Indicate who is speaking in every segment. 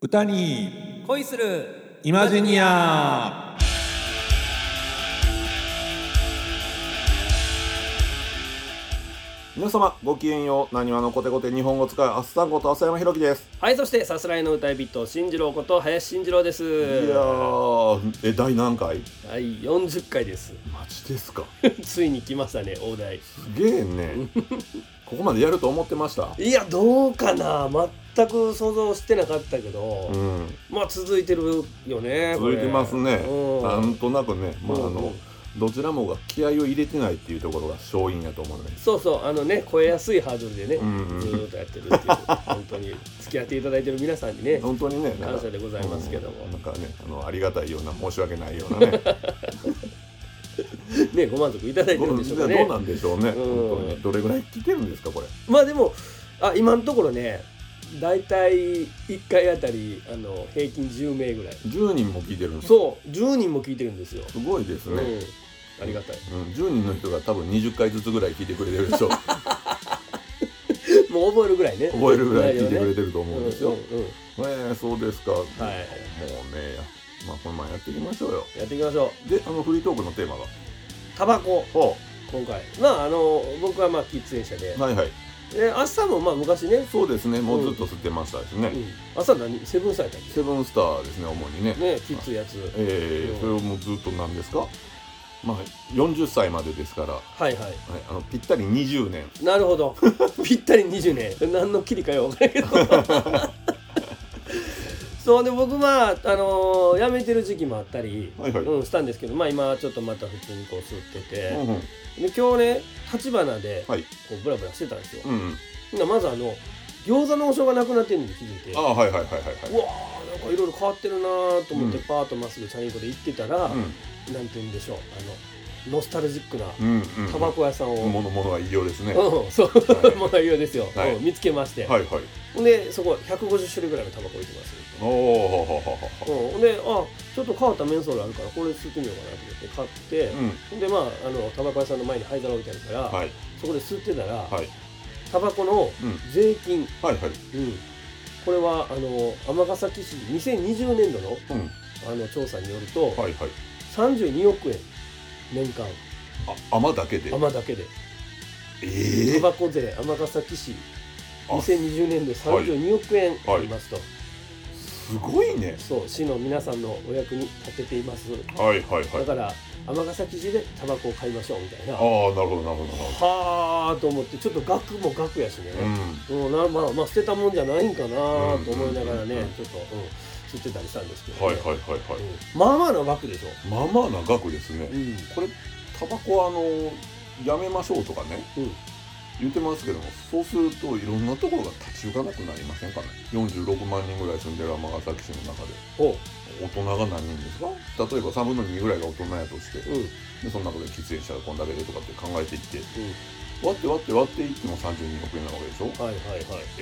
Speaker 1: 歌に
Speaker 2: 恋する
Speaker 1: イマジニア
Speaker 3: 皆様ごきげんようなにわのコテコテ日本語使いあっさんこと浅山ひろきです
Speaker 2: はいそしてさすらいの歌い人進次郎こと林進次郎です
Speaker 3: いやーえ第何回
Speaker 2: はい40回です
Speaker 3: マジですか
Speaker 2: ついに来ましたね大台
Speaker 3: すげえ ねここまでやると思ってました
Speaker 2: いやどうかな全く想像してなかったけど、
Speaker 3: うん
Speaker 2: まあ続いてるよねこ
Speaker 3: 続
Speaker 2: れ
Speaker 3: いてますね
Speaker 2: うん
Speaker 3: なんとなくねまああ
Speaker 2: うんう
Speaker 3: の
Speaker 2: ん
Speaker 3: どちらもが気合を入れてないっていうところが勝因やと思うね
Speaker 2: そうそうあのね超えやすいハードルでね、
Speaker 3: うんうん
Speaker 2: ずーっとやってる っていう本当に付き合っていただいてる皆さんにね
Speaker 3: 本当にねなんか
Speaker 2: 感謝でございますけども
Speaker 3: うんなんかねあのありがたいような申し訳ないようなね
Speaker 2: ねご満足いただいて るんでしょうか
Speaker 3: ど
Speaker 2: ね
Speaker 3: うなんでしょうね
Speaker 2: ん
Speaker 3: 本当にどれぐらい来てるんですかこれ
Speaker 2: まあでもあ今のところね大体1回あたりあの平均10名ぐらい
Speaker 3: 10人も聞いてるんです
Speaker 2: そう10人も聞いてるんですよ、
Speaker 3: すごいです
Speaker 2: う
Speaker 3: ね
Speaker 2: ん、ありがたい
Speaker 3: うん、10人の人が多分20回ずつぐらい聞いてくれてるでしょ
Speaker 2: もう覚えるぐらいね
Speaker 3: 覚えるぐらい聞いてくれ
Speaker 2: て
Speaker 3: てると思うんですよ。ね
Speaker 2: うんうん
Speaker 3: えそうですか、
Speaker 2: い
Speaker 3: もうねまあこの前やっていきましょうよ
Speaker 2: やっていきましょう
Speaker 3: であのフリートークのテーマが
Speaker 2: タバコ
Speaker 3: ほ
Speaker 2: 今回まああの僕はまあ喫煙者で
Speaker 3: うはいはい
Speaker 2: で朝もまあ昔ね、
Speaker 3: そうですねもうずっと吸ってましたしね、
Speaker 2: うん、朝何セブンサイだっ
Speaker 3: セブンスターですね主にね
Speaker 2: けねきついやつ
Speaker 3: えー
Speaker 2: うん
Speaker 3: それをもうずっと何ですかまあ40歳までですから、はい、
Speaker 2: はいはい
Speaker 3: あのぴったり20年
Speaker 2: なるほど ぴったり20年何の切り替えは分からんけど そうで僕はあのー辞めてる時期もあったり、
Speaker 3: はいはい
Speaker 2: うん、したんですけどまあ今はちょっとまた普通にこう吸ってて、
Speaker 3: うんうん
Speaker 2: で今日ね立花でこ
Speaker 3: はいう
Speaker 2: ブラブラしてたんですよ
Speaker 3: う、んうん
Speaker 2: ほんならまずあの餃子の王将がなくなってるのに気づいて
Speaker 3: あ
Speaker 2: うわ
Speaker 3: あはいはいはいはいはい
Speaker 2: ーなんかいろいろ変わってるなーと思って
Speaker 3: うん
Speaker 2: パーッとまっすぐチャリンコで行ってたら、
Speaker 3: う
Speaker 2: なんて言うんでしょうあのノスタルジックなん
Speaker 3: うんうん
Speaker 2: タバコ屋さんを、
Speaker 3: ものものは異様ですね、
Speaker 2: うん、そう、もらうようですよ、
Speaker 3: はい
Speaker 2: うん見つけまして、
Speaker 3: はいはい
Speaker 2: ほんでそこ150種類ぐらいのタバコ置いてます
Speaker 3: おおははは
Speaker 2: うん
Speaker 3: は
Speaker 2: ほんであちょっと変わったメンソールあるからこれ吸ってみようかなと思って買って、
Speaker 3: う
Speaker 2: ほんでまああのタバコ屋さんの前に灰皿置いてあるから、
Speaker 3: んはい
Speaker 2: そこで吸ってたら、
Speaker 3: はい
Speaker 2: タバコの
Speaker 3: うん
Speaker 2: 税金、
Speaker 3: はいはい
Speaker 2: うんこれはあの尼崎市2020年度の
Speaker 3: うん
Speaker 2: あの調査によると、
Speaker 3: はいはい
Speaker 2: 32億円年間
Speaker 3: あ甘だけで
Speaker 2: 尼だけで
Speaker 3: ええ
Speaker 2: タバコ税尼崎市
Speaker 3: あ
Speaker 2: 2020年度32億円ありますと、
Speaker 3: すごいね
Speaker 2: そう市の皆さんのお役に立てています、
Speaker 3: はいはいはい
Speaker 2: だから尼崎市でタバコを買いましょうみたいな
Speaker 3: ああ
Speaker 2: は
Speaker 3: なるほどなるほどなるほ
Speaker 2: あと思ってちょっと額も額やしね
Speaker 3: ど、うん
Speaker 2: うんなまあ、まあ捨てたもんじゃないんかなと思いながらね、
Speaker 3: うんうんうん
Speaker 2: ちょっと、うん、吸ってたりしたんですけど、
Speaker 3: はいはい
Speaker 2: い
Speaker 3: はいはい
Speaker 2: まあまあな額でしょ、
Speaker 3: まあまあな額ですね
Speaker 2: うん、
Speaker 3: これタバコはあのやめましょうとかね、
Speaker 2: うん
Speaker 3: 言ってますけどもそうするといろんなところが立ち行かなくなりませんかね46万人ぐらい住んでる尼崎市の中で
Speaker 2: おう、
Speaker 3: 大人が何人ですか例えば3分の2ぐらいが大人やとして
Speaker 2: うんうん、
Speaker 3: でその中で喫煙者がこんだけでとかって考えていって割って割って割っていっても32億円なわけでしょ
Speaker 2: はいはい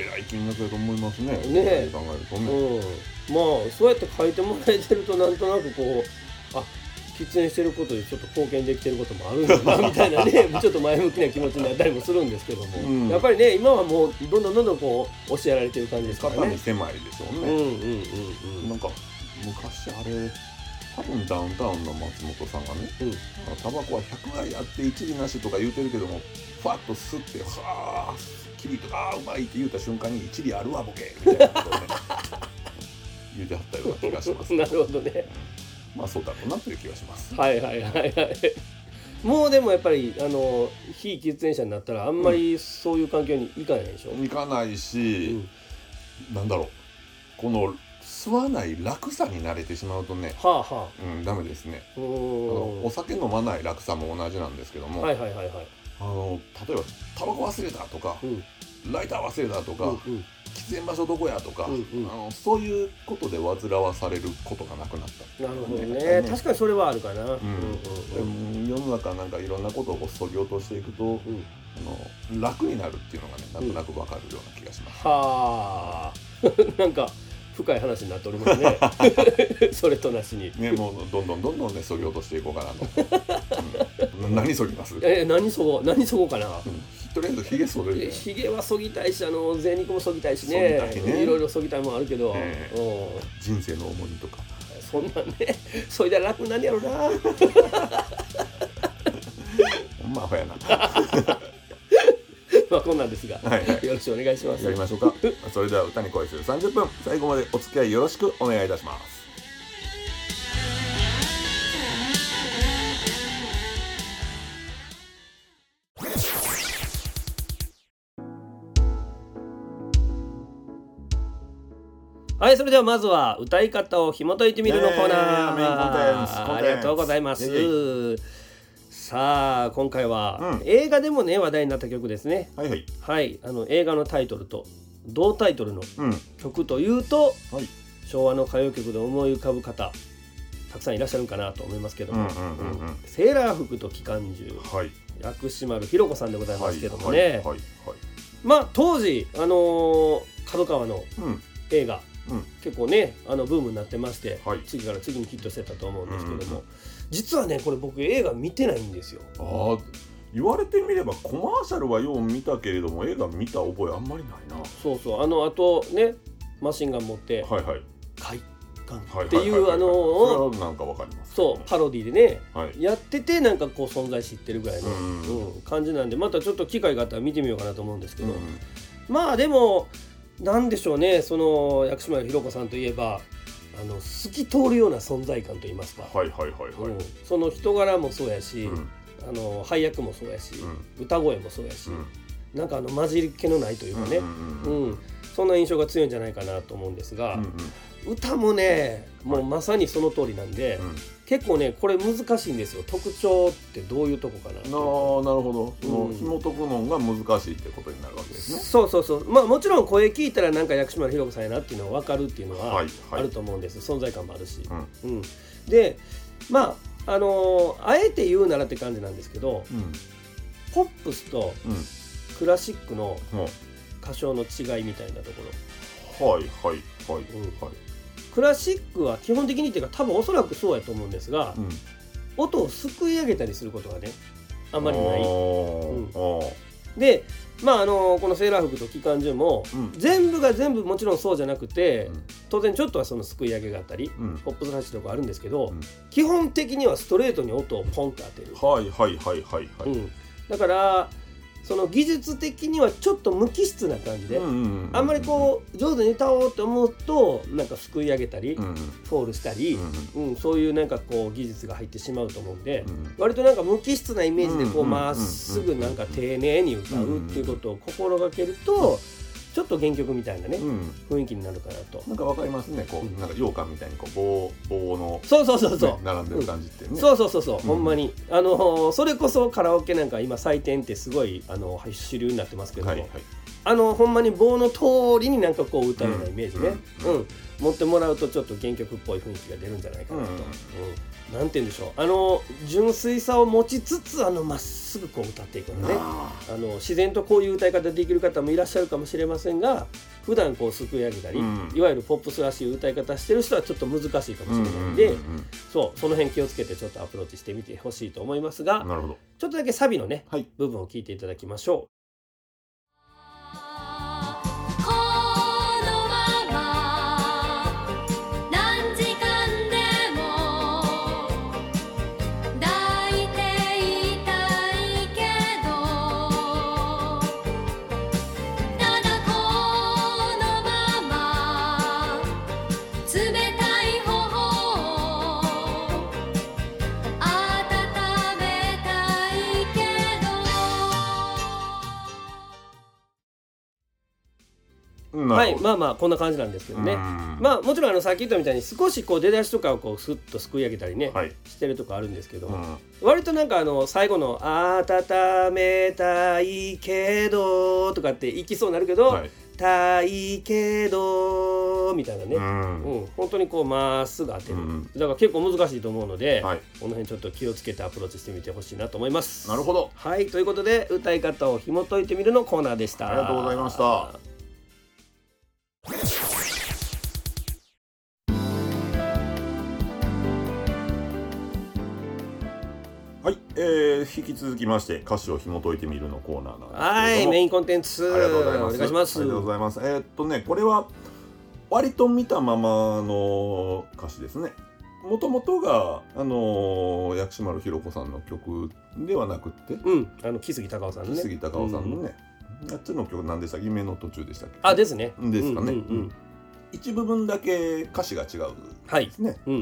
Speaker 3: えらい金額だと思いますね
Speaker 2: ねえ
Speaker 3: そう考えるとね、
Speaker 2: はい、うん、まあそうやって書いてもらえてるとなんとなくこうあ喫煙してることでちょっと貢献できてることもあるんだなみたいな ねちょっと前向きな気持ちになったりもするんですけども、
Speaker 3: うん
Speaker 2: やっぱりね今はもうどんどんどんどんこう教えられてる感じですから
Speaker 3: 肩に
Speaker 2: ね。
Speaker 3: 狭いでしょ
Speaker 2: う
Speaker 3: うん
Speaker 2: うんうん
Speaker 3: ね、
Speaker 2: うん
Speaker 3: なんか昔あれ多分ダウンタウンの松本さんがね
Speaker 2: うん
Speaker 3: タバコは100杯あって一時なしとか言うてるけどもふわっと吸ってはあキリとかあーうまいって言うた瞬間に一理あるわボケみたいなことを ね言うてはったような気がします
Speaker 2: なるほどね。
Speaker 3: まあそうだろうなという気がします
Speaker 2: はいはいはいはい。もうでもやっぱりあの非喫煙者になったらあんまりそういう環境に行かないでしょ。
Speaker 3: 行かないし、
Speaker 2: ん
Speaker 3: なんだろうこの吸わない楽さに慣れてしまうとね
Speaker 2: はあは
Speaker 3: うんダメですね
Speaker 2: あ。う
Speaker 3: あの
Speaker 2: ん。
Speaker 3: お酒飲まない楽さも同じなんですけども、
Speaker 2: はいはいはいはい。
Speaker 3: あの例えばタバコ忘れたとか
Speaker 2: う、ん
Speaker 3: ライター忘れたとか、
Speaker 2: うんうん。
Speaker 3: 喫煙場所どこやとか、
Speaker 2: うんうん
Speaker 3: あのそういうことで煩わされることがなくなった
Speaker 2: なるほどね。確かにそれはあるかな。うんうん
Speaker 3: でも世の中なんかいろんなことをこう削ぎ落としていくと
Speaker 2: うん。うん。
Speaker 3: あの楽になるっていうのがねなんとなくわかるような気がします、
Speaker 2: はあ。 なんか深い話になっておりますね。 それとなしに。
Speaker 3: ねもうどんどんどんどんね削ぎ落としていこうかなと、うんな何削ぎます、うん
Speaker 2: え何そこ何そこかな。
Speaker 3: 一とりあえずひげ剃れる
Speaker 2: で
Speaker 3: やん
Speaker 2: ひげはそぎたいしあの贅肉もそぎたいし
Speaker 3: 削ぎ
Speaker 2: ね
Speaker 3: たいね
Speaker 2: いろいろそぎたいもんあるけど、
Speaker 3: え人生の重荷とか
Speaker 2: うんそんなんねそれで楽なんやろ な
Speaker 3: ほんまアホやなは
Speaker 2: まあこんなんですが、
Speaker 3: いはい
Speaker 2: よろしくお願いします
Speaker 3: やりましょう かそれでは歌に恋する30分最後までお付き合いよろしくお願いいたします
Speaker 2: はいそれではまずは歌い方を紐解いてみるのコ
Speaker 3: イ
Speaker 2: ーナー、
Speaker 3: エーイメインコンテンツコンテンツ
Speaker 2: ありがとうございます
Speaker 3: イエ
Speaker 2: さあ今回は、
Speaker 3: うん
Speaker 2: 映画でもね話題になった曲ですね
Speaker 3: はいはい
Speaker 2: はいあの映画のタイトルと同タイトルの
Speaker 3: うん
Speaker 2: 曲というと、
Speaker 3: はい
Speaker 2: 昭和の歌謡曲で思い浮かぶ方たくさんいらっしゃるんかなと思いますけど
Speaker 3: うんう
Speaker 2: も、
Speaker 3: んうんうん
Speaker 2: セーラー服と機関銃
Speaker 3: はい
Speaker 2: 薬師丸ひろ子さんでございま
Speaker 3: は
Speaker 2: す
Speaker 3: い
Speaker 2: けども
Speaker 3: は
Speaker 2: ね、
Speaker 3: いはいはい
Speaker 2: まあ当時あの角、角川の
Speaker 3: うん
Speaker 2: 映画、
Speaker 3: うん
Speaker 2: 結構ねあのブームになってまして、
Speaker 3: はい
Speaker 2: 次から次にヒットしてたと思うんですけども、
Speaker 3: うんうんう
Speaker 2: 実はねこれ僕映画見てないんですよ
Speaker 3: あー言われてみればコマーシャルはよう見たけれども映画見た覚えあんまりないな
Speaker 2: そうそうあのあとねマシンガン持って
Speaker 3: はいはい
Speaker 2: 「快感」
Speaker 3: はい
Speaker 2: っていうあの
Speaker 3: それはなんかわかります
Speaker 2: そうパロディでね
Speaker 3: はい
Speaker 2: やっててなんかこう存在知ってるぐらいの、
Speaker 3: うん
Speaker 2: うん感じなんでまたちょっと機会があったら見てみようかなと思うんですけ
Speaker 3: う
Speaker 2: ど、
Speaker 3: ん
Speaker 2: まあでもなんでしょうねその薬師丸ひろ子さんといえばあの透き通るような存在感といいますか、
Speaker 3: はいはいはいは
Speaker 2: うん
Speaker 3: い
Speaker 2: その人柄もそうやし、
Speaker 3: うんうん
Speaker 2: あの配役もそうやし、歌声もそうやし、
Speaker 3: うん
Speaker 2: なんかあの混じり気のないというかね、
Speaker 3: う
Speaker 2: うん
Speaker 3: んうんうん
Speaker 2: うんそんな印象が強いんじゃないかなと思うんですが、歌もねもうまさにその通りなんで、
Speaker 3: うん
Speaker 2: 結構ねこれ難しいんですよ特徴ってどういうとこか
Speaker 3: な
Speaker 2: な
Speaker 3: あーなるほどその
Speaker 2: うん
Speaker 3: 紐解くのが難しいってことになるわけですね
Speaker 2: そうそうそうまあもちろん声聞いたらなんか薬師丸ひろ子さんやなっていうのは分かるっていうの
Speaker 3: は
Speaker 2: はいあ
Speaker 3: はい
Speaker 2: ると思うんです、存在感もあるし、
Speaker 3: う
Speaker 2: うんでまああのーあえて言うならって感じなんですけど
Speaker 3: うん
Speaker 2: ポップスと
Speaker 3: うん
Speaker 2: クラシックの
Speaker 3: も
Speaker 2: 歌唱の違いみたいなところ
Speaker 3: うはいはいはい
Speaker 2: うん
Speaker 3: はい
Speaker 2: クラシックは基本的にっていうか多分おそらくそうやと思うんですが、
Speaker 3: うん
Speaker 2: 音をすくい上げたりすることがねあ
Speaker 3: あ
Speaker 2: んまりない
Speaker 3: ーあー
Speaker 2: でまああのーこの「セーラー服」と「機関銃」も
Speaker 3: うん
Speaker 2: 全部が全部もちろんそうじゃなくて、
Speaker 3: うん
Speaker 2: 当然ちょっとはそのすくい上げがあったり
Speaker 3: うん
Speaker 2: ポップスラッシュとかあるんですけど、
Speaker 3: うん
Speaker 2: 基本的にはストレートに音をポンと当てる、
Speaker 3: はいはいはいはいは
Speaker 2: う
Speaker 3: い
Speaker 2: ん、だからその技術的にはちょっと無機質な感じで、
Speaker 3: うんうんうん
Speaker 2: あんまりこう上手に歌おうと思うとなんかすくい上げたり、
Speaker 3: うんうん
Speaker 2: フォールしたり、うんそういうなんかこう技術が入ってしまうと思うんで、
Speaker 3: うん
Speaker 2: 割となんか無機質なイメージで
Speaker 3: う
Speaker 2: こうん
Speaker 3: うん
Speaker 2: まっすぐなんか丁寧に歌うっていうことを心がけるとちょっと原曲みたいなね
Speaker 3: うんうん
Speaker 2: 雰囲気になるかなと。
Speaker 3: なんかわかりますねこ
Speaker 2: うん
Speaker 3: うなんか羊羹みたいにこう棒棒の
Speaker 2: そうそうそうそう
Speaker 3: ね。並んでる感じってね
Speaker 2: そうそうそうそう、
Speaker 3: ん
Speaker 2: ほんまにあのそれこそカラオケなんか今採点ってすごいあの主流になってますけども、
Speaker 3: はいはい
Speaker 2: あのほんまに棒の通りになんかこう歌うようなイメージね、
Speaker 3: う
Speaker 2: うんん持ってもらうとちょっと原曲っぽい雰囲気が出るんじゃないかなと、
Speaker 3: うん
Speaker 2: うんなんて言うんでしょうあの純粋さを持ちつつあのまっすぐこう歌っていくのね
Speaker 3: あ
Speaker 2: あの自然とこういう歌い方できる方もいらっしゃるかもしれませんが普段こうすくい上げたり、
Speaker 3: うん
Speaker 2: いわゆるポップスらしい歌い方してる人はちょっと難しいか
Speaker 3: ー
Speaker 2: も
Speaker 3: うんう
Speaker 2: しれない
Speaker 3: ん
Speaker 2: ん
Speaker 3: うん
Speaker 2: で、
Speaker 3: うん
Speaker 2: そうその辺気をつけてちょっとアプローチしてみてほしいと思いますが、
Speaker 3: なるほど
Speaker 2: ちょっとだけサビのね、
Speaker 3: はい
Speaker 2: 部分を聞いていただきましょ
Speaker 4: このまま何時間でも抱いていたいけどただこのまま冷たい頬を温めたいけど
Speaker 2: う。
Speaker 3: は
Speaker 2: はい、まあまあこんな感じなんですけどね。
Speaker 3: ま
Speaker 2: まあもちろんあのさっき言ったみたいに少しこう出だしとかをこうスッとすくい上げたりね、
Speaker 3: はい
Speaker 2: してるとこあるんですけど、
Speaker 3: うん
Speaker 2: 割となんかあの最後の「温めたいけど」とかっていきそうになるけど「
Speaker 3: はい
Speaker 2: たいけど」みたいなね、
Speaker 3: う
Speaker 2: うん
Speaker 3: ん
Speaker 2: 本当にこうまっすぐ当て
Speaker 3: う
Speaker 2: る、
Speaker 3: ん
Speaker 2: だから結構難しいと思うので、
Speaker 3: はい
Speaker 2: この辺ちょっと気をつけてアプローチしてみてほしいなと思います。
Speaker 3: なるほど
Speaker 2: はいということで歌い方を紐解いてみるのコーナーでした
Speaker 3: ありがとうございましたはいえー、引き続きまして歌詞を紐解いてみるのコーナーなんですけれども
Speaker 2: はいメインコンテンツ
Speaker 3: ありがとうございます。
Speaker 2: お願いします
Speaker 3: ありがとうございます。えーっとね、これは割と見たままの歌詞ですね。もともとが、あのー薬師丸ひろ子さんの曲ではなくって、
Speaker 2: うんあの木杉隆夫さんのね
Speaker 3: 杉隆夫さんのね、あっちの曲なんでしたっけ夢の途中でしたっけ
Speaker 2: あですね
Speaker 3: ですかね、
Speaker 2: うんうんうん
Speaker 3: 一部分だけ歌詞が違うんで
Speaker 2: はい
Speaker 3: すね。
Speaker 2: うん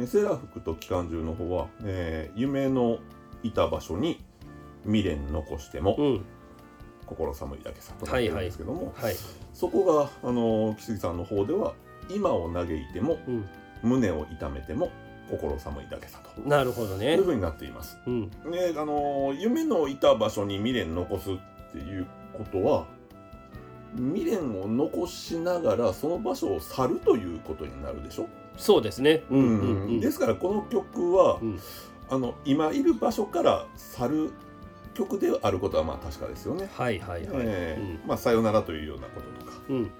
Speaker 3: えーセーラー服と機関銃の方は、えー夢のいた場所に未練残しても、
Speaker 2: うん
Speaker 3: 心寒いだけさとなってるんですけども、
Speaker 2: はい
Speaker 3: そこがあの木杉さんの方では今を嘆いても
Speaker 2: うん
Speaker 3: 胸を痛めても心寒いだけさと
Speaker 2: なるほ
Speaker 3: と
Speaker 2: ど
Speaker 3: い
Speaker 2: ね
Speaker 3: うふうになっています。
Speaker 2: うん
Speaker 3: ねあの夢のいた場所に未練残すっていうことは未練を残しながらその場所を去るということになるでしょ、
Speaker 2: そうですねうんうんうん
Speaker 3: ですからこの曲は、
Speaker 2: うん
Speaker 3: あの今いる場所から去る曲であることはまあ確かですよね。
Speaker 2: はいはいはい
Speaker 3: えー
Speaker 2: う
Speaker 3: まあ、さよならというようなこととか、
Speaker 2: うん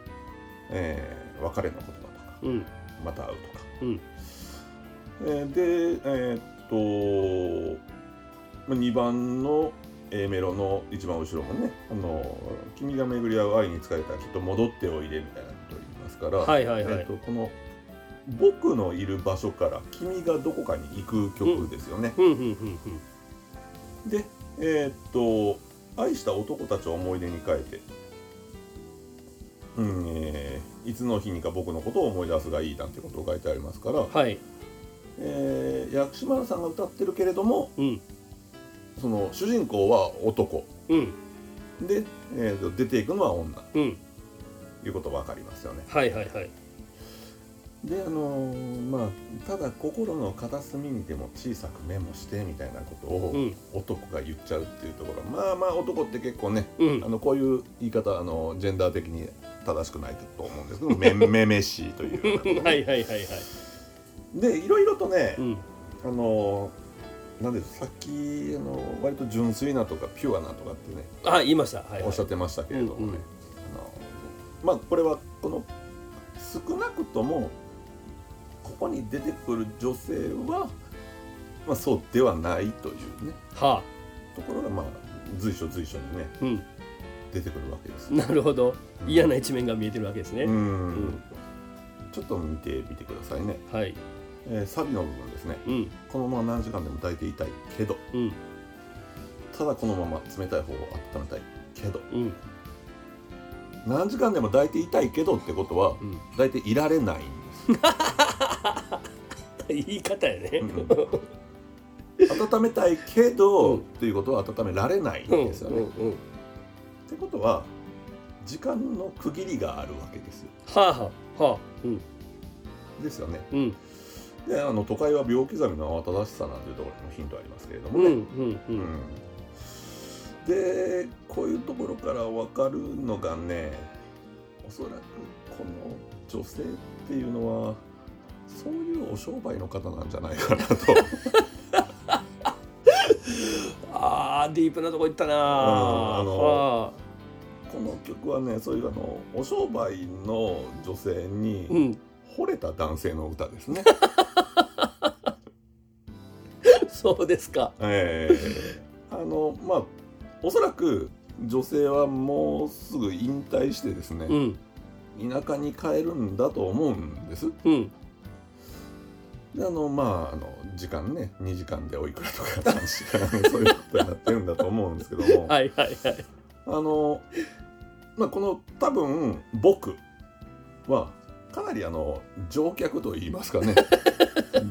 Speaker 3: えー別れの言葉とか、
Speaker 2: うん
Speaker 3: また会うとか、
Speaker 2: うん
Speaker 3: えーでえーっと2番の A メロの一番後ろもね「あの君が巡り合う愛に疲れたらきっと戻っておいで」みたいなことを言いますから、
Speaker 2: はいはいはい
Speaker 3: えーっとこの「僕のいる場所から君がどこかに行く」曲ですよね。
Speaker 2: うんうんうんうん
Speaker 3: でえーっと愛した男たちを思い出に変えて、うんえーいつの日にか僕のことを思い出すがいいなんてことを書いてありますから、
Speaker 2: はい
Speaker 3: えー薬師丸さんが歌ってるけれども
Speaker 2: うん
Speaker 3: その主人公は男
Speaker 2: うん
Speaker 3: で、えーと出ていくのは女と
Speaker 2: うん
Speaker 3: いうこと分かりますよね。
Speaker 2: はいはいはい
Speaker 3: であのーまあただ心の片隅にでも小さくメモしてみたいなこと
Speaker 2: う
Speaker 3: を
Speaker 2: ん
Speaker 3: 男が言っちゃうっていうところまあまあ男って結構ね
Speaker 2: うん
Speaker 3: あのこういう言い方あのジェンダー的に正しくないと思うんですけど「め めめしい」というようなことで。
Speaker 2: はいはいはいはい
Speaker 3: でいろいろとね、
Speaker 2: うん
Speaker 3: あのなんでさっきあの割と純粋なとかピュアなとかってね
Speaker 2: あ言いましたはいはい
Speaker 3: おっしゃってましたけれどもね、
Speaker 2: うんう
Speaker 3: あ
Speaker 2: ん
Speaker 3: のまあこれはこの少なくともここに出てくる女性は、まあ、そうではないというね
Speaker 2: はあ
Speaker 3: ところがまあ随所随所にね
Speaker 2: うん
Speaker 3: 出てくるわけですよ。
Speaker 2: なるほど
Speaker 3: うん
Speaker 2: 嫌な一面が見えてるわけですね
Speaker 3: うん
Speaker 2: うん
Speaker 3: ちょっと見てみてくださいね、
Speaker 2: はい
Speaker 3: えーサビの部分ですね
Speaker 2: うん
Speaker 3: このまま何時間でも抱いていたいけど
Speaker 2: うん
Speaker 3: ただこのまま冷たい方を温めたいけど
Speaker 2: うん
Speaker 3: 何時間でも抱いていたいけどってことは
Speaker 2: うん
Speaker 3: 抱いていられないんです、
Speaker 2: 言い方やね
Speaker 3: うん温めたいけど、
Speaker 2: うん
Speaker 3: っていうことは温められないん
Speaker 2: うん
Speaker 3: ですよね、
Speaker 2: う
Speaker 3: っ
Speaker 2: んうん
Speaker 3: てことは時間の区切りがあるわけですよ
Speaker 2: はあはあはあうん
Speaker 3: ですよね
Speaker 2: うん
Speaker 3: であの都会は秒刻みの慌ただしさなんていうところにもヒントありますけれども
Speaker 2: うんう
Speaker 3: ね、
Speaker 2: んう
Speaker 3: うんんでこういうところから分かるのがねおそらくこの女性っていうのはそういうお商売の方なんじゃないかなと。
Speaker 2: あーディープなとこ行ったな
Speaker 3: うんあの
Speaker 2: はあ
Speaker 3: この曲はねそういうあのお商売の女性
Speaker 2: う
Speaker 3: に
Speaker 2: ん
Speaker 3: 惚れた男性の歌です ね。
Speaker 2: そうですか
Speaker 3: ええあのまあおそらく女性はもうすぐ引退してです
Speaker 2: う
Speaker 3: ね、
Speaker 2: ん
Speaker 3: 田舎に帰るんだと思うんです。
Speaker 2: うん
Speaker 3: であのまああの時間ね2時間でおいくらとか3時間そういうことになってるんだと思うんですけども、
Speaker 2: はいはいはい
Speaker 3: あの、まあ、この多分「僕」はかなりあの乗客といいますか ね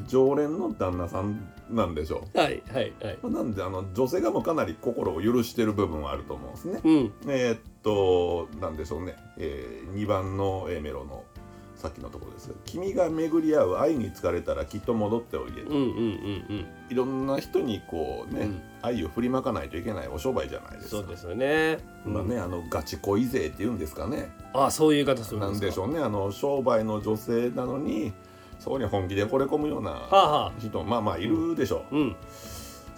Speaker 3: 常連の旦那さんなんでしょ。
Speaker 2: はいはいはいう
Speaker 3: まあなんであの女性がもうかなり心を許してる部分はあると思うんですね。
Speaker 2: うん
Speaker 3: えーっとなんでしょうね、え2番の A メロのさっきのところですけど「君が巡り合う愛に疲れたらきっと戻っておいで」
Speaker 2: うんうんうん
Speaker 3: いろんな人にこう
Speaker 2: うん
Speaker 3: ね、
Speaker 2: うん
Speaker 3: 愛を振りまかないといけないお商売じゃないですか。
Speaker 2: そうですよね
Speaker 3: まあね、あのガチ恋勢っていうんですかね。
Speaker 2: あそういう言い方する
Speaker 3: なんでし
Speaker 2: う
Speaker 3: ょうね、あの商売の女性なのに、そこに本気で惚れ込むような
Speaker 2: はあはあ
Speaker 3: 人、まあまあいるでしょう。
Speaker 2: うん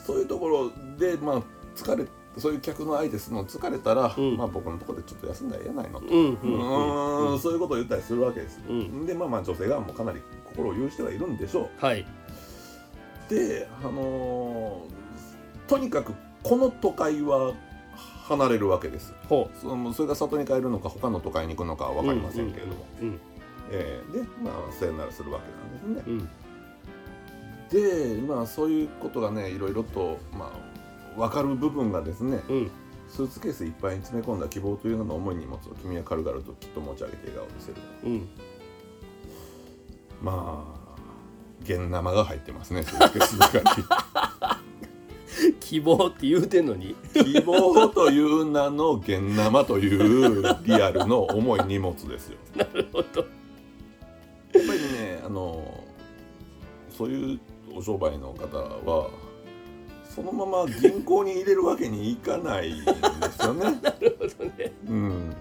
Speaker 3: そういうところで、まあ疲れ、そういう客の相手するの疲れたら、
Speaker 2: うん
Speaker 3: まあ僕のところでちょっと休んだらええやないのと。
Speaker 2: うん
Speaker 3: う
Speaker 2: う
Speaker 3: ー
Speaker 2: んうん
Speaker 3: ん、
Speaker 2: うん
Speaker 3: そういうことを言ったりするわけです。
Speaker 2: うん
Speaker 3: で、まあまあ女性がもうかなり心を許してはいるんでしょう。
Speaker 2: はい
Speaker 3: であのーとにかくこの都会は離れるわけです
Speaker 2: ほ
Speaker 3: そのそれが里に帰るのか他の都会に行くのかは
Speaker 2: う
Speaker 3: 分かりませんけれども、
Speaker 2: うん
Speaker 3: えーでまあさよならするわけなんです
Speaker 2: う
Speaker 3: ね、で
Speaker 2: ん
Speaker 3: まあそういうことがねいろいろとまあ分かる部分がですね
Speaker 2: うん
Speaker 3: スーツケースいっぱいに詰め込んだ希望という名の重い荷物を君は軽々ときっと持ち上げて笑顔を見せる
Speaker 2: うん
Speaker 3: まあ現生が入ってますねスーツケースの中に
Speaker 2: 希望って言うてんのに
Speaker 3: 希望という名の現生というリアルの重い荷物ですよ。 なるほ
Speaker 2: ど。
Speaker 3: やっぱりねあのそういうお商売の方はそのまま銀行に入れるわけにいかないんですよね。
Speaker 2: なるほどね
Speaker 3: うん。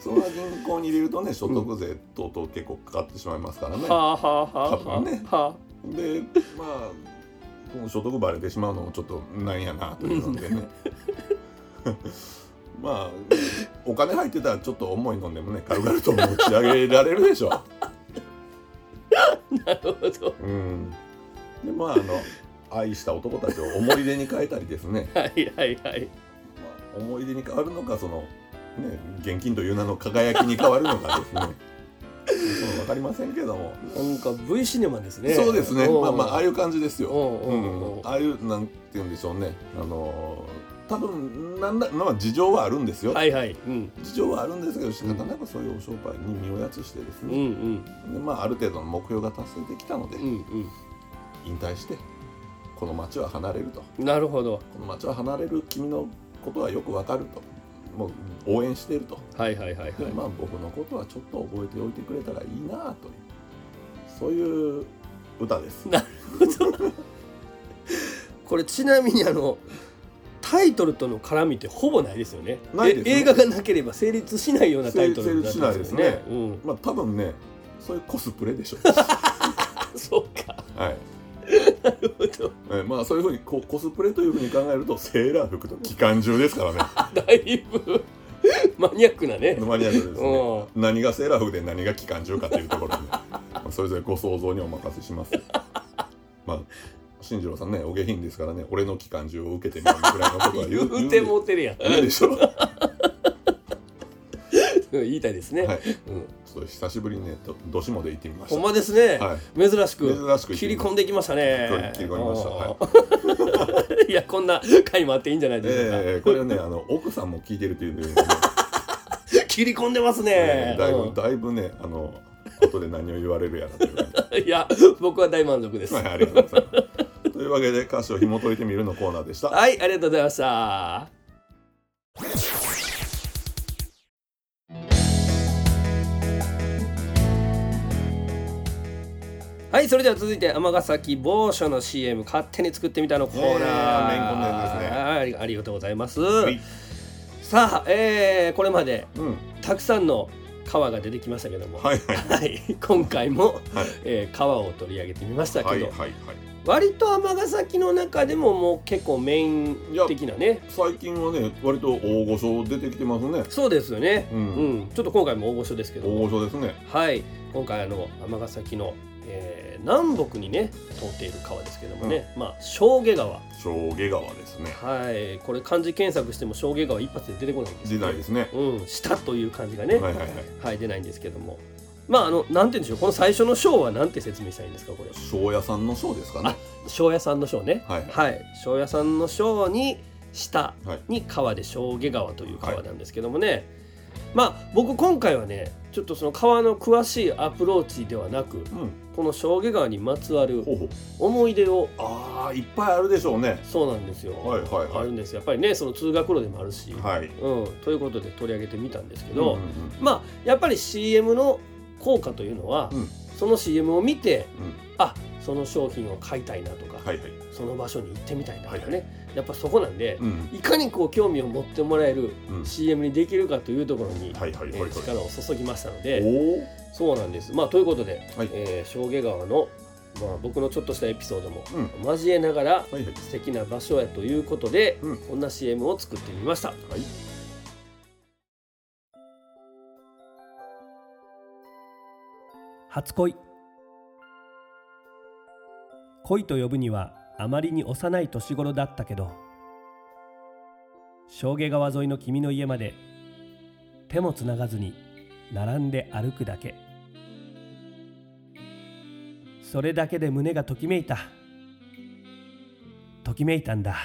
Speaker 3: そのまま銀行に入れるとね所得税等々結構かかってしまいますからね。
Speaker 2: はあはあはあ
Speaker 3: 多分ね
Speaker 2: は
Speaker 3: でまあこの所得バレてしまうのもちょっとなんやなというので ねまあお金入ってたらちょっと重いのでもね軽々と持ち上げられるでしょ
Speaker 2: あ なるほど
Speaker 3: うんでまああの愛した男たちを思い出に変えたりですね、
Speaker 2: はいはいはい
Speaker 3: まあ、思い出に変わるのかそのね現金という名の輝きに変わるのか ですね分かりませんけども、
Speaker 2: なんか V シネマですね
Speaker 3: そうですね
Speaker 2: ん
Speaker 3: まあまあああいう感じですよ
Speaker 2: うんう
Speaker 3: うん
Speaker 2: う
Speaker 3: ん
Speaker 2: ん
Speaker 3: ああいうなんて言うんでしょうねあのー多分なんだまあ事情はあるんですよ、
Speaker 2: はいはいうん
Speaker 3: 事情はあるんですけど仕方なくそういうお商売に身をやつしてです
Speaker 2: うんう
Speaker 3: ね、
Speaker 2: ん
Speaker 3: でまあある程度の目標が達成できたので、
Speaker 2: うん
Speaker 3: 引退してこの町は離れるとこ
Speaker 2: うんなるほど
Speaker 3: の町は離れる君のことはよくわかるともう応援していると、
Speaker 2: はいはいはいはい
Speaker 3: でまあ僕のことはちょっと覚えておいてくれたらいいなあというそういう歌です
Speaker 2: これちなみにあのタイトルとの絡みってほぼないですよね
Speaker 3: ないですね
Speaker 2: え映画がなければ成立しないようなタイトルになってますよ
Speaker 3: 成立しないです
Speaker 2: うん、
Speaker 3: まあ多分ねそういうコスプレ でしょう
Speaker 2: あそうか
Speaker 3: はい
Speaker 2: なるほど
Speaker 3: えーまあそういうふうにこコスプレというふうに考えるとセーラー服と機関銃ですからね
Speaker 2: だいぶ マニアックなね
Speaker 3: マニアックですね
Speaker 2: う
Speaker 3: 何がセーラー服で何が機関銃かというとこ ろで、まあそれぞれご想像にお任せしますまあ進次郎さんねお下品ですからね俺の機関銃を受けてみるぐらいのことは言
Speaker 2: 言
Speaker 3: う
Speaker 2: うてもうてるやん
Speaker 3: 言うでしょう、は
Speaker 2: 言いたいですね、
Speaker 3: い、ちょ
Speaker 2: うん、
Speaker 3: っと久しぶりにねどどしもで行ってみました
Speaker 2: ほんまですね、
Speaker 3: はい
Speaker 2: 珍しく
Speaker 3: 珍しく
Speaker 2: 切り込んできましたね
Speaker 3: 切り込みましたはい
Speaker 2: い、やこんな回もあっていいんじゃないでしょうか、
Speaker 3: えーこれはねあの奥さんも聞いてるというんで、ね
Speaker 2: 切り込んでますね、
Speaker 3: えーだいぶ
Speaker 2: う
Speaker 3: だいぶねあの後で何を言われるやらという感じ
Speaker 2: んいや僕は大満足で す、
Speaker 3: はい、ありがとうございます。というわけで歌詞を紐解いてみるのコーナーでした。
Speaker 2: はい、ありがとうございました。はい、それでは続いて尼崎某所の CM 勝手に作ってみたのコーナー。
Speaker 3: えーメインコーナーですね
Speaker 2: はい、ありがとうございます。
Speaker 3: い
Speaker 2: さあ、えーこれまで
Speaker 3: うん、はい
Speaker 2: たくさんの川が出てきましたけども、
Speaker 3: はい
Speaker 2: はい、今回も、
Speaker 3: はい
Speaker 2: えー川を取り上げてみましたけど、
Speaker 3: はいはいはい。
Speaker 2: 割と尼崎の中でももう結構メイン的なね
Speaker 3: 最近はね、割と大御所出てきてますね。
Speaker 2: そうですよね、
Speaker 3: う
Speaker 2: うんんちょっと今回も大御所ですけ
Speaker 3: 大御
Speaker 2: ど
Speaker 3: 所ですね。
Speaker 2: はい今回あの尼崎の、えー南北にね通っている川ですけどもね、まあ小下川
Speaker 3: 小毛川ですね。
Speaker 2: はいこれ漢字検索しても小下川一発で出てこないんです
Speaker 3: 時代ですね。
Speaker 2: うん下という漢字がね
Speaker 3: は
Speaker 2: はいい、
Speaker 3: はいはい。
Speaker 2: 出ないんですけどもまああのなんて言うんでしょうこの最初の章はなんて説明したらいいんですかこれ
Speaker 3: 庄屋さんの庄ですかね。
Speaker 2: 庄屋さんの章ね
Speaker 3: はい
Speaker 2: はい庄屋さんの章に下
Speaker 3: はい
Speaker 2: に川で小下川という川なんですけどもね、まあ僕今回はねちょっとその川の詳しいアプローチではなく
Speaker 3: うん。
Speaker 2: この小下川にまつわる
Speaker 3: ほうほう。
Speaker 2: 思い出を
Speaker 3: ああ、いっぱいあるでしょうね。
Speaker 2: そうなんですよ、
Speaker 3: はいはいはい
Speaker 2: あるんですよやっぱりねその通学路でもあるし、
Speaker 3: はい。
Speaker 2: うん、ということで取り上げてみたんですけ
Speaker 3: うん
Speaker 2: ど、まあやっぱり CM の効果というのは、
Speaker 3: うん
Speaker 2: その CM を見て
Speaker 3: うんうん
Speaker 2: あその商品を買いたいなとか、
Speaker 3: はいはい。
Speaker 2: その場所に行ってみたいなとかね、
Speaker 3: はいは
Speaker 2: やっぱそこなんで
Speaker 3: う、ん
Speaker 2: いかにこう興味を持ってもらえる
Speaker 3: うん。
Speaker 2: CM にできるかというところに、
Speaker 3: はいはい
Speaker 2: え
Speaker 3: はい
Speaker 2: ー
Speaker 3: はい。
Speaker 2: 力を注ぎましたの
Speaker 3: お
Speaker 2: で
Speaker 3: お。
Speaker 2: そうなんです。まあ、ということで、
Speaker 3: はい
Speaker 2: えー、小下川の、まあ、僕のちょっとしたエピソードも
Speaker 3: うん
Speaker 2: 交えながら
Speaker 3: はいはい。
Speaker 2: 素敵な場所やということで、
Speaker 3: うん
Speaker 2: こんな CM を作ってみました。
Speaker 3: い
Speaker 5: 初恋恋と呼ぶにはあまりに幼い年頃だったけど象牙川沿いの君の家まで手もつながずに並んで歩くだけそれだけで胸がときめいたときめいたんだ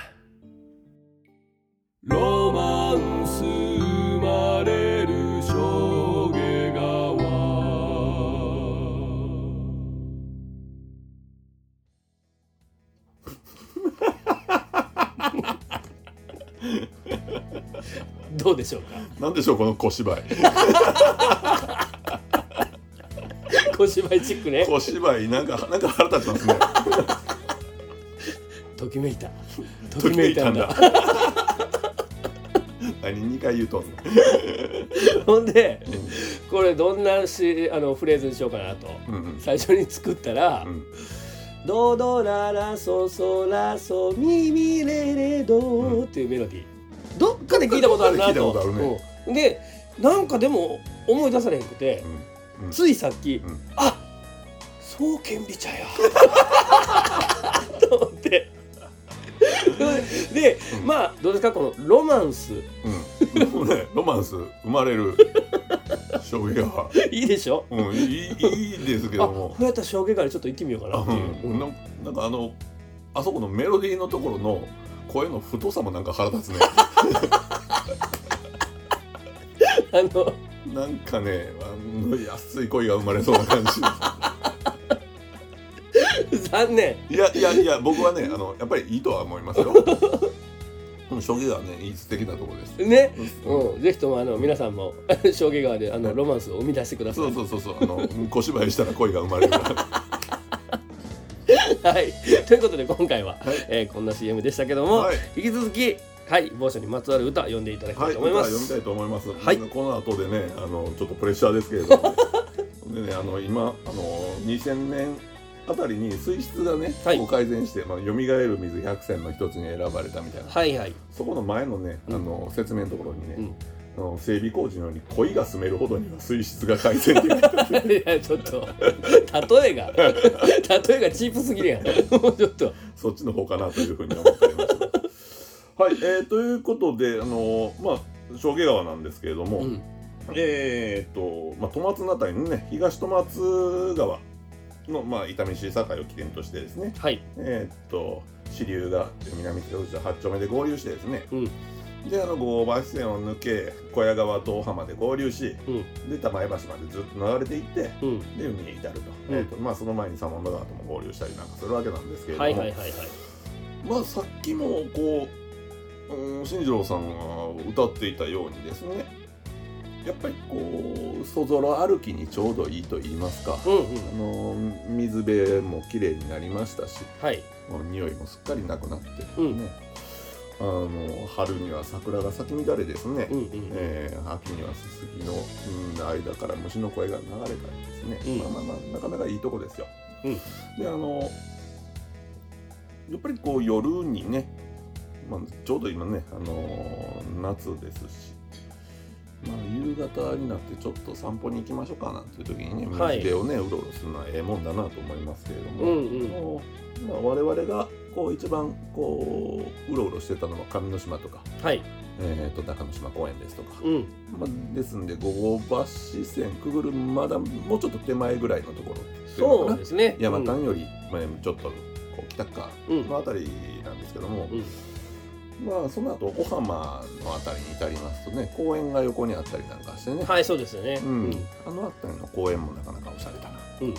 Speaker 6: ロマンス生まれる衝撃川
Speaker 2: どうでしょうか
Speaker 3: なんでしょうこの小芝居
Speaker 2: 小芝居チックね
Speaker 3: 小芝居なんかなんか腹立ちますね
Speaker 2: ときめいたと
Speaker 3: と
Speaker 2: き
Speaker 3: き
Speaker 2: め
Speaker 3: め
Speaker 2: い
Speaker 3: い
Speaker 2: た
Speaker 3: た
Speaker 2: ん
Speaker 3: ん
Speaker 2: だ
Speaker 3: だ何2回言うとんねん
Speaker 2: ほんでこれどんなしあのフレーズにしようかなと
Speaker 3: うんうん
Speaker 2: 最初に作ったら
Speaker 3: うん
Speaker 2: 「ドドララソソラソミミレレド」っていうメロディーどっかで聞いたことあるな
Speaker 3: どっ
Speaker 2: と
Speaker 3: かで聞いたことあるね
Speaker 2: うんでなんかでも思い出されへんくて
Speaker 3: うんうん
Speaker 2: ついさっき
Speaker 3: うん
Speaker 2: 「あそうけん び茶や」と思ってで
Speaker 3: うん
Speaker 2: まあどうですかこのロマンス
Speaker 3: うん、もうね、ロマンス生まれる将棋が、
Speaker 2: いいでしょ
Speaker 3: うん、いいいいですけ
Speaker 2: あ
Speaker 3: ど
Speaker 2: こ
Speaker 3: も、
Speaker 2: うやったら衝撃からちょっと行ってみようかなっていう。
Speaker 3: うん、ななんかあのあそこのメロディーのところの声の太さもなんか腹立つ ね。
Speaker 2: あの
Speaker 3: なんかね、あの安い恋が生まれそうな感じ。
Speaker 2: 残念
Speaker 3: いやいやいや、僕はね、あのやっぱりいいとは思いますよ。うん将棋がね、いい素敵なところです。
Speaker 2: ね、
Speaker 3: うん
Speaker 2: うん、ぜひともあの皆さんも将棋川であのロマンスを生み出してください
Speaker 3: そうそうそうそう、あの小芝居したら恋が生まれる から。
Speaker 2: はい、ということで今回は、
Speaker 3: はい
Speaker 2: えーこんな CM でしたけども、
Speaker 3: はい
Speaker 2: 引き続きはい某所にまつわる歌読んでいただきた
Speaker 3: はいい、
Speaker 2: と思います、
Speaker 3: 読みたいと思います。
Speaker 2: はい
Speaker 3: この後でね、あのちょっとプレッシャーですけれども、 でね、あの今あの2000年あたりに水質がね、
Speaker 2: はい
Speaker 3: こう改善して、まあ蘇る水百選の一つに選ばれたみたいな。
Speaker 2: はいはい
Speaker 3: そこの前のね、あの説明のところにね、
Speaker 2: うん
Speaker 3: あの整備工事のように鯉が住めるほどには水質が改善って書いてある
Speaker 2: い やちょっと例えが例えがチープすぎるやんもうちょっと
Speaker 3: そっちの方かなというふうに思っておりました。はい、えーということであのまあ正下川なんですけれども。
Speaker 2: うん
Speaker 3: えー、と、まあ、戸松のあたりのね、東戸松川の、まあ、伊丹市境を起点としてですね、
Speaker 2: はい
Speaker 3: えー、と、支流が南手口と八丁目で合流してですね、
Speaker 2: うん
Speaker 3: で、あの、合橋線を抜け、小屋川と大浜で合流し、で、玉江橋までずっと流れていって、
Speaker 2: うん
Speaker 3: で、海に至ると。
Speaker 2: うん
Speaker 3: えーとまあ、その前に三門川とも合流したりなんかするわけなんですけれども、
Speaker 2: はいはいはいはい
Speaker 3: まあ、さっきも、こう、うん、新次郎さんが歌っていたようにですね、やっぱりこう、そぞろ歩きにちょうどいいと言いますか、
Speaker 2: うんう
Speaker 3: あ
Speaker 2: ん
Speaker 3: の水辺も綺麗になりましたし、
Speaker 2: はい
Speaker 3: もう匂いもすっかりなくなって、ね
Speaker 2: うん
Speaker 3: あの、春には桜が咲き乱れですね、
Speaker 2: うんうん
Speaker 3: えー秋にはすすきの、うん、間から虫の声が流れたりですね、
Speaker 2: うん
Speaker 3: まあまあまあなかなかいいとこですよ。
Speaker 2: うん
Speaker 3: であのやっぱりこう夜にね、まあ、ちょうど今ね、あのー夏ですし、まあ、夕方になってちょっと散歩に行きましょうかなんていう時にね水
Speaker 2: はい
Speaker 3: 辺をね、うろうろするのはええもんだなと思いますけれども。
Speaker 2: うんう
Speaker 3: あ
Speaker 2: ん
Speaker 3: のまあ、我々がこう一番こううろうろしてたのは上之島とか、
Speaker 2: はい
Speaker 3: えー、と中之島公園ですとか、
Speaker 2: うん
Speaker 3: まあ、ですんで五橋線くぐるまだもうちょっと手前ぐらいのところっていうの
Speaker 2: そ
Speaker 3: か
Speaker 2: う
Speaker 3: な
Speaker 2: ですね
Speaker 3: 山
Speaker 2: うん
Speaker 3: 間より、まあ、ちょっとこう北側
Speaker 2: うん
Speaker 3: のあたりなんですけども、
Speaker 2: うん
Speaker 3: まあその後小浜のあたりに至りますとね公園が横にあったりなんかしてね、
Speaker 2: はいそうですよね
Speaker 3: うんあのあたりの公園もなかなかおしゃれだな
Speaker 2: うん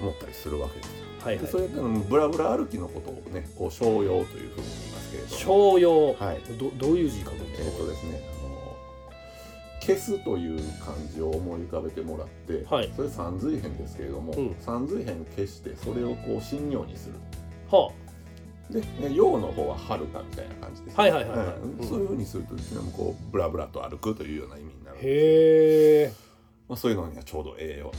Speaker 3: 思ったりするわけですよ。
Speaker 2: はいは
Speaker 3: で
Speaker 2: い
Speaker 3: それからブラブラ歩きのことをねこう商用というふうに言いますけれども。
Speaker 2: 商用、
Speaker 3: はい
Speaker 2: どどういう字書くんで
Speaker 3: えっ、
Speaker 2: すか
Speaker 3: とですね、あの消すという漢字を思い浮かべてもらって、
Speaker 2: はい
Speaker 3: それ三髄編ですけれども、
Speaker 2: うん
Speaker 3: 三髄編消してそれをこう新用にする。
Speaker 2: は
Speaker 3: で、ね用の方ははるかみたいな感じです、
Speaker 2: はいはいはいはい
Speaker 3: うん
Speaker 2: うん
Speaker 3: そういうふうにするとですね、もうこうブラブラと歩くというような意味にな
Speaker 2: あ
Speaker 3: る。
Speaker 2: へえ
Speaker 3: まあそういうのにはちょうど栄養なと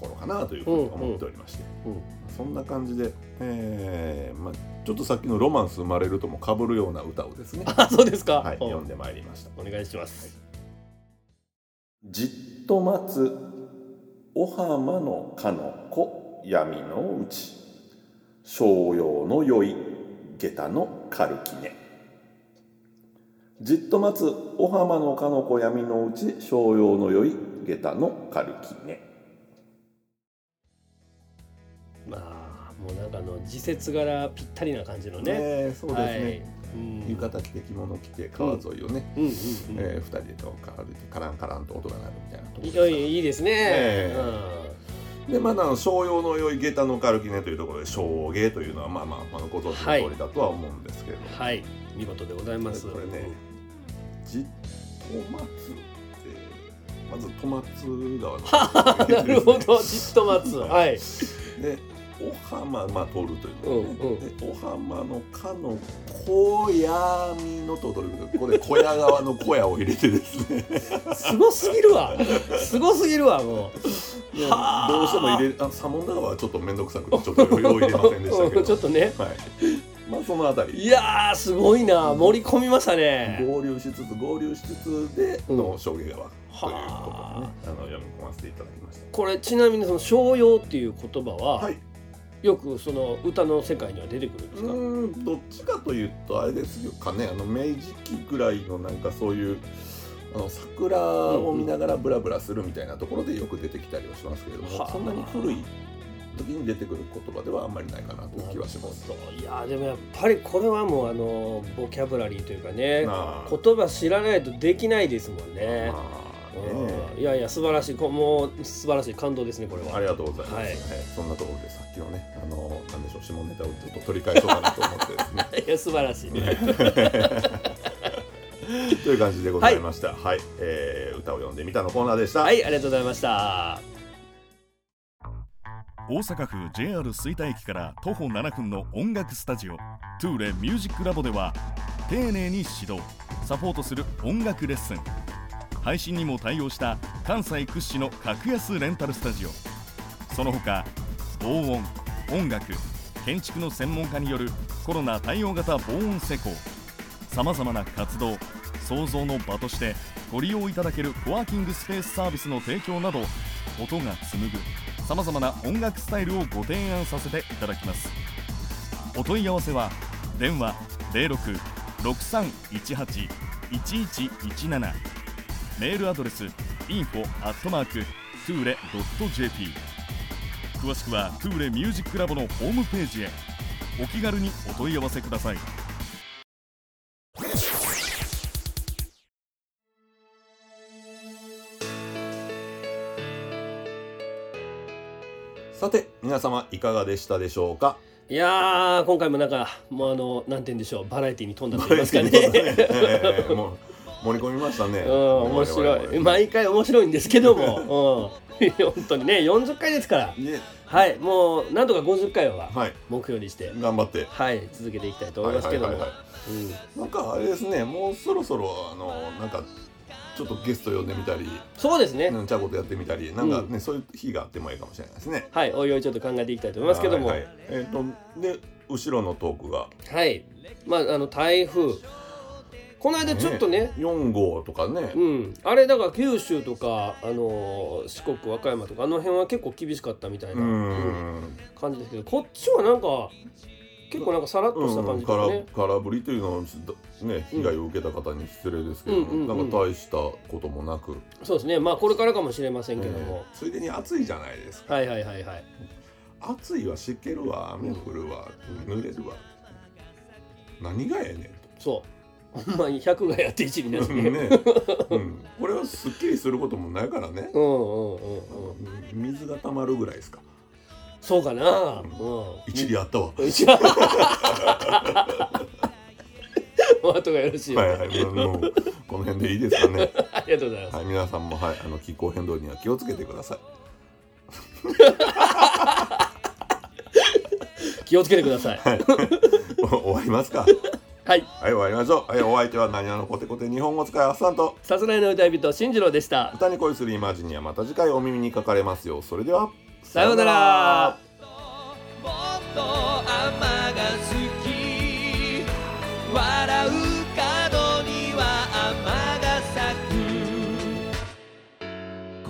Speaker 3: ころかなというふうに思っておりまして、
Speaker 2: うんうんうん
Speaker 3: そんな感じで、えーまあちょっとさっきのロマンス生まれるとも被るような歌をですね、
Speaker 2: あそうですか、
Speaker 3: はい、
Speaker 2: お
Speaker 3: 読んでまいりました。
Speaker 2: お願いします、
Speaker 3: じっと待つお浜のかの子闇のうち商用の宵
Speaker 7: 下駄の軽きねじっと待つお浜のかのこ闇のうち商用のよい下駄の軽きね
Speaker 2: まあもうなんかあの時節柄ぴったりな感じのね
Speaker 3: えそうですね、
Speaker 2: はい、うん
Speaker 3: 浴衣着て着物着て川沿いをね、
Speaker 2: うんうんうん
Speaker 3: えー、2人でとか歩いてカランカランと音が鳴るみたいなとこ
Speaker 2: い
Speaker 3: ろですから
Speaker 2: いいいですね、
Speaker 3: ええ
Speaker 2: うん
Speaker 3: でまだあの商用の良い下駄の軽きねというところで商芸というのはまあまあまあご存知の通りだとは思うんですけど、
Speaker 2: はい見事でございます
Speaker 3: これねじっと待つってまず戸松川の
Speaker 2: あ なるほどじっと 待つはい
Speaker 3: でお浜まあ取るという
Speaker 2: うんう
Speaker 3: こ
Speaker 2: ん
Speaker 3: とね、でお浜のかの小闇のと取るけどこれ小屋側の小屋を入れてですね
Speaker 2: すごすぎるわすごすぎるわもう
Speaker 3: どう
Speaker 2: はあ
Speaker 3: しても入れあサモンダ川はちょっと面倒くさくてちょっとよう入れませんでしたけ
Speaker 2: ちょ
Speaker 3: ど
Speaker 2: っとね
Speaker 3: はいまあそのあたり
Speaker 2: いやーすごいな盛り込みましたね
Speaker 3: 合流しつつ合流しつつでの将棋側ということでね、
Speaker 2: は
Speaker 3: あの読み込ませていただきまし
Speaker 2: これちなみにその「商用」っていう言葉
Speaker 3: た。
Speaker 2: は、
Speaker 3: はい。
Speaker 2: よくその歌の世界には出てくるんで
Speaker 3: う
Speaker 2: すか、
Speaker 3: ーんどっちかというとあれですよかねあの明治期ぐらいのなんかそういうあの桜を見ながらブラブラするみたいなところでよく出てきたりはしますけれども、
Speaker 2: はあ
Speaker 3: そんなに古い時に出てくる言葉ではあんまりないかなという気はします。
Speaker 2: そういやーでもやっぱりこれはもうあのボキャブラリーというかね
Speaker 3: まあ
Speaker 2: 言葉知らないとできないですもんね、
Speaker 3: まあね
Speaker 2: うんいやいや素晴らしいこもう素晴らしい感動ですねこれは
Speaker 3: ありがとうございます、
Speaker 2: はい
Speaker 3: はいそんなところでさっきのねあのなんでしょう下ネタをちょっと取り返そうかなと思ってですね
Speaker 2: いや素晴らしいね、
Speaker 3: という感じでございました。はい、えー歌を読んでみたのコーナーでした。
Speaker 2: はいありがとうございました
Speaker 8: 大阪府 JR 吹田駅から徒歩7分の音楽スタジオトゥーレミュージックラボでは丁寧に指導サポートする音楽レッスン配信にも対応した関西屈指の格安レンタルスタジオその他防音音楽建築の専門家によるコロナ対応型防音施工さまざまな活動創造の場としてご利用いただけるコワーキングスペースサービスの提供など音が紡ぐさまざまな音楽スタイルをご提案させていただきますお問い合わせは電話0663181117メールアドレス info at mark tule.jp 詳しくは Tule ミュージックラボのホームページへお気軽にお問い合わせください
Speaker 3: さて、皆様いかがでしたでしょうか。
Speaker 2: いやー今回もなんかもうあのなんて言うんでしょうバラエティに富んだと言 いますかね
Speaker 3: えーもう盛り込みましたね。
Speaker 2: うん面
Speaker 3: 我
Speaker 2: 白い
Speaker 3: 々はね
Speaker 2: 毎回面白いんですけども、うん、本当にね40回ですから
Speaker 3: ね
Speaker 2: はいもうなんとか50回は
Speaker 3: はい、
Speaker 2: 目標にして、はい
Speaker 3: 頑張って。
Speaker 2: 続けていきたいと思いますけども、
Speaker 3: はいはいはいはいなんかあれですね、もうそろそろあのなんかちょっとゲスト呼んでみたり、
Speaker 2: うんそうですね、
Speaker 3: うんちゃことやってみたり、なんかね、そういう日があってもいいかもしれないですね。
Speaker 2: はいおいおいちょっと考えていきたいと思いますけども
Speaker 3: は
Speaker 2: はいい
Speaker 3: はい、えっ、とで後ろのトークが
Speaker 2: まああの台風この間ちょっとね
Speaker 3: 4号とかね
Speaker 2: う。ん、あれだから九州とか、あのー四国和歌山とかあの辺は結構厳しかったみたいな、
Speaker 3: う
Speaker 2: うん
Speaker 3: ん
Speaker 2: 感じですけどこっちはなんか結構なんかさらっとした感じですね、
Speaker 3: うん、空空振りというのはね被害を受けた方に失礼ですけど、
Speaker 2: うんうんうん
Speaker 3: なんか大したこともなく、
Speaker 2: そうですねまあこれからかもしれませんけど
Speaker 3: え
Speaker 2: も、
Speaker 3: ーついでに暑いじゃないですか
Speaker 2: はいはいはいはい
Speaker 3: 暑いは湿気るわ雨降るわ、濡れるわ何がやねん
Speaker 2: そう ほんまに100がやって1になる
Speaker 3: と、
Speaker 2: ね
Speaker 3: ねうん、これはすっきりすることもないからね、
Speaker 2: うんうんうんうん
Speaker 3: 水が溜まるぐらいですか
Speaker 2: そうかなうん
Speaker 3: 一理あったわ、
Speaker 2: 一応 お後がよろしいよう
Speaker 3: は
Speaker 2: で、
Speaker 3: いはいもうこの辺でいいですかね
Speaker 2: ありがとうございます、
Speaker 3: はい皆さんもはいあの気候変動には気をつけてください
Speaker 2: 気をつけてください
Speaker 3: お終わりますか
Speaker 2: はい
Speaker 3: はい、終わりましょう。はい、お相手は何々のコテコテ日本語使いあっさんと
Speaker 2: さすらいの歌い人進次郎でした
Speaker 3: 歌に恋するイマジンにはまた次回お耳にかかれますよう。それでは
Speaker 2: さようなら
Speaker 6: もっと甘が好き笑う角には甘が咲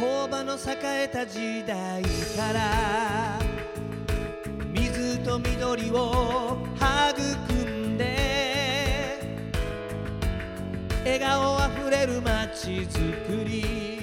Speaker 6: く工場の栄えた時代から水と緑を育んだし作り